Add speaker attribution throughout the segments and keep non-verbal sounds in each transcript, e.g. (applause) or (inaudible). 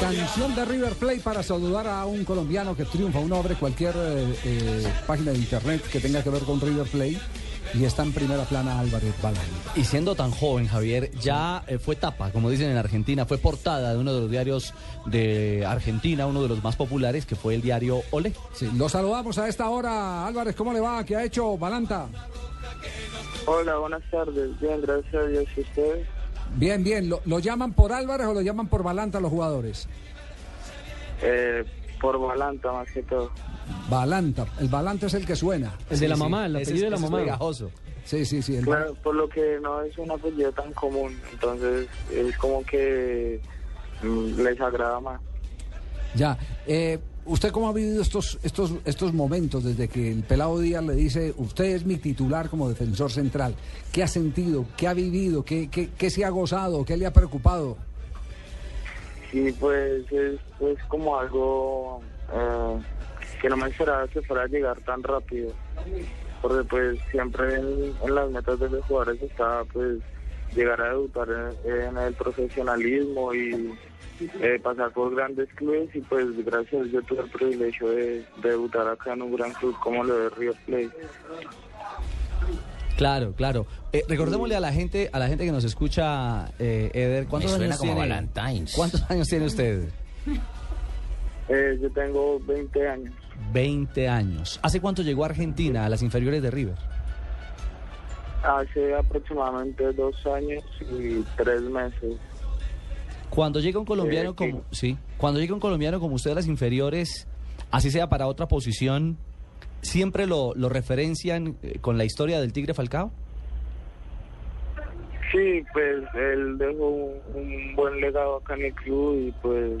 Speaker 1: Canción de River Plate para saludar a un colombiano que triunfa. Uno abre cualquier eh, eh, página de internet que tenga que ver con River Plate y está en primera plana Álvarez Balán.
Speaker 2: Y siendo tan joven, Javier, ya eh, fue tapa, como dicen en Argentina, fue portada de uno de los diarios de Argentina, uno de los más populares, que fue el diario Olé.
Speaker 1: Sí, lo saludamos a esta hora. Álvarez, ¿cómo le va? ¿Qué ha hecho Balanta?
Speaker 3: Hola, buenas tardes. Bien, gracias a Dios y ustedes.
Speaker 1: Bien, bien. ¿Lo, lo llaman por Álvarez o lo llaman por Balanta los jugadores?
Speaker 3: Eh, por Balanta más que todo.
Speaker 1: Balanta. El Balanta es el que suena.
Speaker 4: El de la mamá, el
Speaker 2: Ese
Speaker 4: apellido de la
Speaker 2: ese es
Speaker 4: mamá.
Speaker 2: pegajoso.
Speaker 1: Sí, sí, sí. el Ba-
Speaker 3: Claro, por lo que no es un apellido tan común, entonces es como que mm, les agrada más.
Speaker 1: Ya. Eh, ¿Usted cómo ha vivido estos, estos, estos momentos desde que el pelado Díaz le dice, usted es mi titular como defensor central? ¿Qué ha sentido? ¿Qué ha vivido? ¿Qué, qué, qué se ha gozado? ¿Qué le ha preocupado?
Speaker 3: Y pues es, es como algo eh, que no me esperaba que fuera a llegar tan rápido. Porque pues siempre en, en las metas de los jugadores está pues llegar a debutar en, en el profesionalismo y eh, pasar por grandes clubes y pues gracias a Dios yo tuve el privilegio de, de debutar acá en un gran club como lo de River Plate.
Speaker 2: Claro, claro. Eh, recordémosle a la gente, a la gente que nos escucha, eh, Eder, ¿cuántos
Speaker 5: Me suena
Speaker 2: años
Speaker 5: como
Speaker 2: tiene?
Speaker 5: Valentines.
Speaker 2: ¿Cuántos años tiene usted?
Speaker 3: Eh, yo tengo 20 años.
Speaker 2: 20 años. ¿Hace cuánto llegó a Argentina, a las inferiores de River?
Speaker 3: Hace aproximadamente dos años y tres meses.
Speaker 2: Cuando llega un colombiano
Speaker 3: Eh,
Speaker 2: como sí, cuando llega un colombiano como usted a las inferiores, así sea para otra posición, siempre lo, lo referencian eh, con la historia del Tigre Falcao.
Speaker 3: Sí, pues él dejó un, un buen legado acá en el club y pues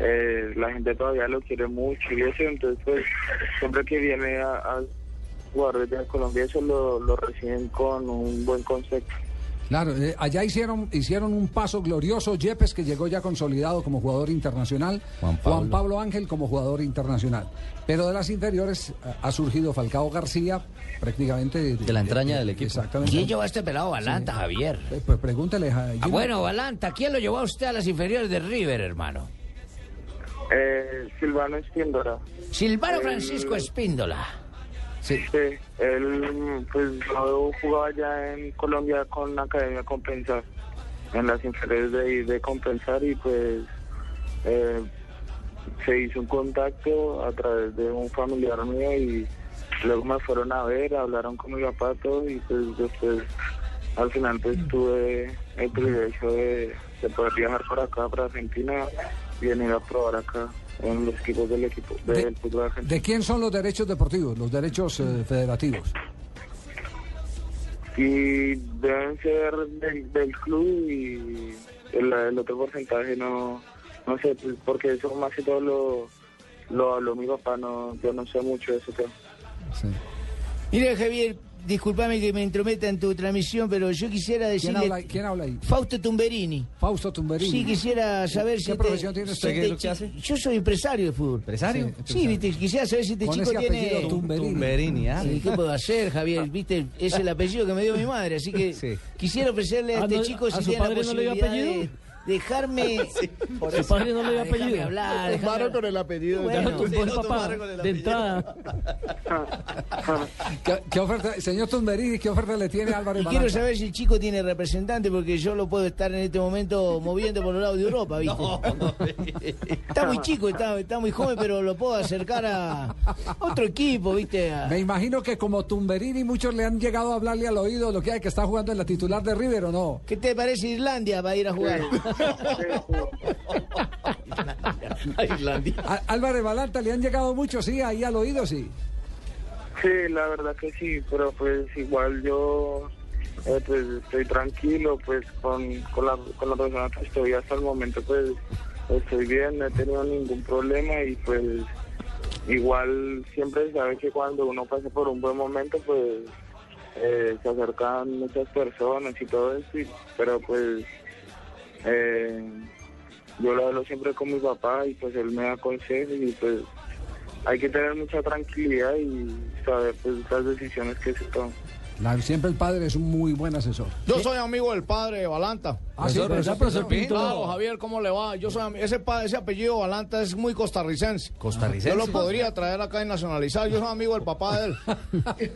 Speaker 3: eh, la gente todavía lo quiere mucho y eso, entonces pues siempre que viene a, a jugadores de Colombia eso lo, lo reciben con un buen concepto.
Speaker 1: Claro, eh, allá hicieron, hicieron un paso glorioso Yepes, que llegó ya consolidado como jugador internacional,
Speaker 2: Juan Pablo.
Speaker 1: Ángel como jugador internacional. Pero de las inferiores eh, ha surgido Falcao García, prácticamente... De,
Speaker 2: la entraña del equipo.
Speaker 1: Exactamente.
Speaker 5: ¿Quién llevó a este pelado Balanta, Javier?
Speaker 1: Eh, Pues pregúntele a
Speaker 5: Ah,
Speaker 1: Gino.
Speaker 5: bueno, Balanta, ¿quién lo llevó a usted a las inferiores de River, hermano?
Speaker 3: Eh, Silvano Espíndora.
Speaker 5: Silvano Francisco Espíndola.
Speaker 1: Sí.
Speaker 3: Sí, él pues yo jugaba ya en Colombia con la Academia Compensar, en las inferiores de, de Compensar y pues eh, se hizo un contacto a través de un familiar mío y luego me fueron a ver, hablaron con mi papá todo y pues después al final pues tuve el privilegio de, de poder viajar por acá, para Argentina y venir a probar acá en los equipos del equipo
Speaker 1: De-
Speaker 3: del fútbol argentino.
Speaker 1: ¿De quién son los derechos deportivos, los derechos eh, federativos?
Speaker 3: y deben ser del, del club y el, el otro porcentaje no no sé pues, porque eso más que todo lo lo habló mi papá no yo no sé mucho de eso tema.
Speaker 1: Sí.
Speaker 5: Mira, Javier, discúlpame que me intrometa en tu transmisión, pero yo quisiera
Speaker 1: ¿Quién,
Speaker 5: decirle...
Speaker 1: habla, quién habla ahí?
Speaker 5: Fausto Tumberini.
Speaker 1: Fausto Tumberini.
Speaker 5: Sí, quisiera saber
Speaker 1: ¿Qué
Speaker 5: si... este-
Speaker 1: profesión tiene usted?
Speaker 5: si
Speaker 1: ¿Qué es lo que
Speaker 5: este chi- Yo soy empresario de fútbol.
Speaker 2: ¿Empresario?
Speaker 5: Sí, Sí, viste, quisiera saber si este
Speaker 1: Con
Speaker 5: chico
Speaker 1: ese
Speaker 5: tiene...
Speaker 1: apellido Ah. Tumberini.
Speaker 2: Tumberini, ah.
Speaker 5: Sí, ¿Qué puedo hacer, Javier? Viste, es el apellido que me dio mi madre, así que
Speaker 2: Sí.
Speaker 5: quisiera ofrecerle a
Speaker 4: Ah,
Speaker 5: este
Speaker 4: ¿no-
Speaker 5: chico
Speaker 4: a
Speaker 5: si
Speaker 4: su
Speaker 5: tiene la
Speaker 4: padre no le dio
Speaker 5: posibilidad de-
Speaker 4: apellido?
Speaker 1: (laughs)
Speaker 5: dejarme.
Speaker 4: Su padre no le dio
Speaker 5: Déjame
Speaker 4: apellido.
Speaker 5: hablar, déjame hablar.
Speaker 6: con el apellido.
Speaker 4: Ya
Speaker 5: Bueno,
Speaker 4: lo tumbó el
Speaker 2: sí, lo
Speaker 4: papá
Speaker 2: tumbaron con el
Speaker 4: de entrada.
Speaker 1: ¿Qué, qué oferta, señor Tumberini, qué oferta le tiene Álvaro
Speaker 5: Y
Speaker 1: Balanta?
Speaker 5: quiero saber si el chico tiene representante, porque yo lo puedo estar en este momento moviendo por los lados de Europa, ¿viste? Está muy chico, está, está muy joven, pero lo puedo acercar a a otro equipo, ¿viste? A-
Speaker 1: Me imagino que como Tumberini muchos le han llegado a hablarle al oído lo que hay que está jugando en la titular de River o no.
Speaker 5: ¿Qué te parece Irlandia para ir a (laughs) jugar?
Speaker 2: A Islandia.
Speaker 1: A- Álvaro Balanta le han llegado muchos, sí, ahí al oído, sí.
Speaker 3: Sí, la verdad que sí, pero pues igual yo eh, pues estoy tranquilo pues con, con, la, con la persona que estoy hasta el momento pues estoy bien, no he tenido ningún problema y pues igual siempre sabe que cuando uno pasa por un buen momento pues eh, se acercan muchas personas y todo eso, y- pero pues eh, yo lo hablo siempre con mi papá y pues él me da consejos y pues hay que tener mucha tranquilidad y saber pues, las decisiones que se toman.
Speaker 1: La- siempre el padre es un muy buen asesor.
Speaker 6: Yo soy amigo del padre de Balanta.
Speaker 1: Ah, sí,
Speaker 4: Profesor,
Speaker 1: profesor,
Speaker 4: ¿verdad, profesor
Speaker 1: profesor?
Speaker 4: Pinto?
Speaker 6: Claro, Javier, ¿cómo le va? Yo soy ami- ese, pa- ese apellido Balanta es muy costarricense. Costarricense. Yo lo podría traer acá y nacionalizar. Yo soy amigo del papá de él.
Speaker 2: (laughs)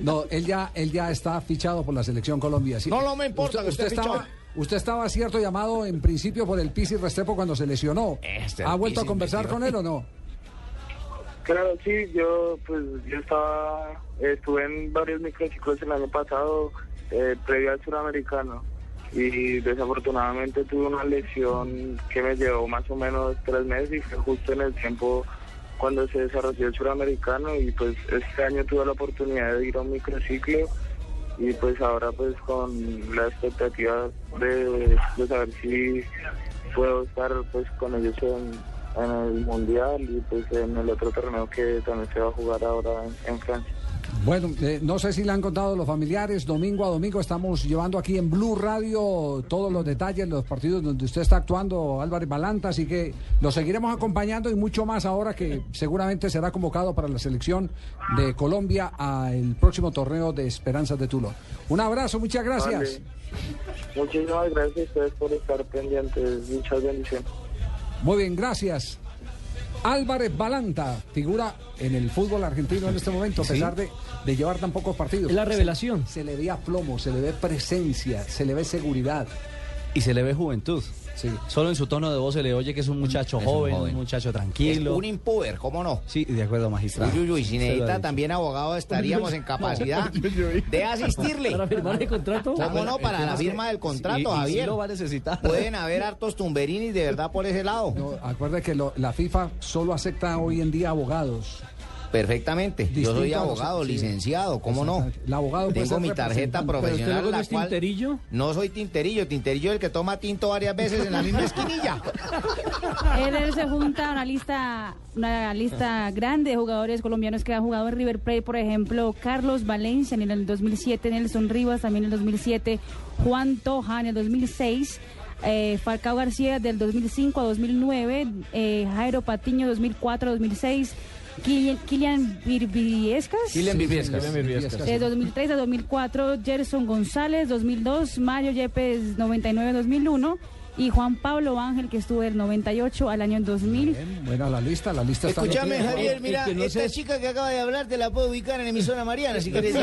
Speaker 1: No, él ya, él ya está fichado por la selección Colombia. sí.
Speaker 6: No, no me importa que esté
Speaker 1: estaba,
Speaker 6: fichado.
Speaker 1: usted estaba cierto llamado en principio por el Pisi Restrepo cuando se lesionó.
Speaker 6: Este,
Speaker 1: ¿Ha
Speaker 6: el
Speaker 1: vuelto a
Speaker 6: Pisi
Speaker 1: conversar
Speaker 6: metido.
Speaker 1: con él o no?
Speaker 3: Claro, sí, yo pues yo estaba, estuve en varios microciclos el año pasado, eh, previo al suramericano, y desafortunadamente tuve una lesión que me llevó más o menos tres meses y fue justo en el tiempo cuando se desarrolló el suramericano y pues este año tuve la oportunidad de ir a un microciclo y pues ahora pues con la expectativa de, de saber si puedo estar pues con ellos en, en el mundial y pues en el otro torneo que también se va a jugar ahora en, en Francia.
Speaker 1: Bueno, eh, no sé si le han contado los familiares. Domingo a domingo estamos llevando aquí en Blue Radio todos los detalles, los partidos donde usted está actuando, Álvarez Balanta. Así que lo seguiremos acompañando y mucho más ahora que seguramente será convocado para la selección de Colombia al próximo torneo de Esperanzas de Tulo. Un abrazo, muchas gracias.
Speaker 3: Vale. Muchísimas gracias a ustedes por estar pendientes, muchas bendiciones.
Speaker 1: Muy bien, gracias. Álvarez Balanta figura en el fútbol argentino en este momento, a pesar de, de llevar tan pocos partidos.
Speaker 4: Es la revelación.
Speaker 1: Se le ve aplomo, se le ve presencia, se le ve seguridad.
Speaker 2: Y se le ve juventud.
Speaker 1: Sí.
Speaker 2: Solo en su tono de voz se le oye que es un muchacho
Speaker 6: Es un
Speaker 2: joven, un,
Speaker 6: joven.
Speaker 2: muchacho tranquilo.
Speaker 6: Un impover, ¿cómo no?
Speaker 2: Sí, de acuerdo, magistrado.
Speaker 6: Uy, uy, uy,
Speaker 2: Se
Speaker 6: sin
Speaker 2: lo ha
Speaker 6: edita,
Speaker 2: dicho.
Speaker 6: también abogado estaríamos en (laughs) capacidad de asistirle.
Speaker 4: Para firmar el contrato.
Speaker 6: ¿Cómo no? Para la firma del
Speaker 2: Y- y
Speaker 6: contrato,
Speaker 2: sí
Speaker 6: Javier.
Speaker 2: lo va a necesitar.
Speaker 6: Pueden haber hartos tumberinis de verdad por ese
Speaker 1: (laughs)
Speaker 6: lado.
Speaker 1: No, acuerde que lo- la FIFA solo acepta hoy en día abogados.
Speaker 6: Perfectamente. Yo soy
Speaker 1: Distinto a los-
Speaker 6: abogado,
Speaker 1: sí.
Speaker 6: licenciado, ¿cómo no?
Speaker 1: Exactamente. El abogado puede
Speaker 6: Tengo
Speaker 1: ser
Speaker 6: mi tarjeta
Speaker 1: representante.
Speaker 4: ¿Pero usted
Speaker 6: profesional,
Speaker 4: luego no
Speaker 6: la
Speaker 4: es
Speaker 6: cual...
Speaker 4: tinterillo?
Speaker 6: No soy tinterillo, tinterillo es el que toma tinto varias veces en la
Speaker 4: (laughs)
Speaker 6: misma esquinilla.
Speaker 4: Pues
Speaker 7: Él él se junta a una lista, una lista grande de jugadores colombianos que ha jugado en River Plate, por ejemplo, Carlos Valencia en el 2007, Nelson Rivas también en el 2007, Juan Toja en el 2006. eh, Falcao García del 2005 a 2009, eh, Jairo Patiño 2004-2006, Kilian Virviescas
Speaker 6: Kylian Viviescas.
Speaker 1: Kylian Viviescas,
Speaker 7: de
Speaker 1: sí.
Speaker 7: 2003 a 2004, Gerson González, 2002, Mario Yepes, 99-2001, y Juan Pablo Ángel, que estuvo del 98 al año 2000.
Speaker 1: Bien, Buena la lista, la lista está
Speaker 5: Escúchame,
Speaker 1: bien.
Speaker 5: Javier,
Speaker 4: El
Speaker 5: mira,
Speaker 4: que no
Speaker 5: esta
Speaker 4: sea-
Speaker 5: chica que acaba de hablar te la puedo ubicar en emisora
Speaker 4: (laughs)
Speaker 5: Mariana, si querés.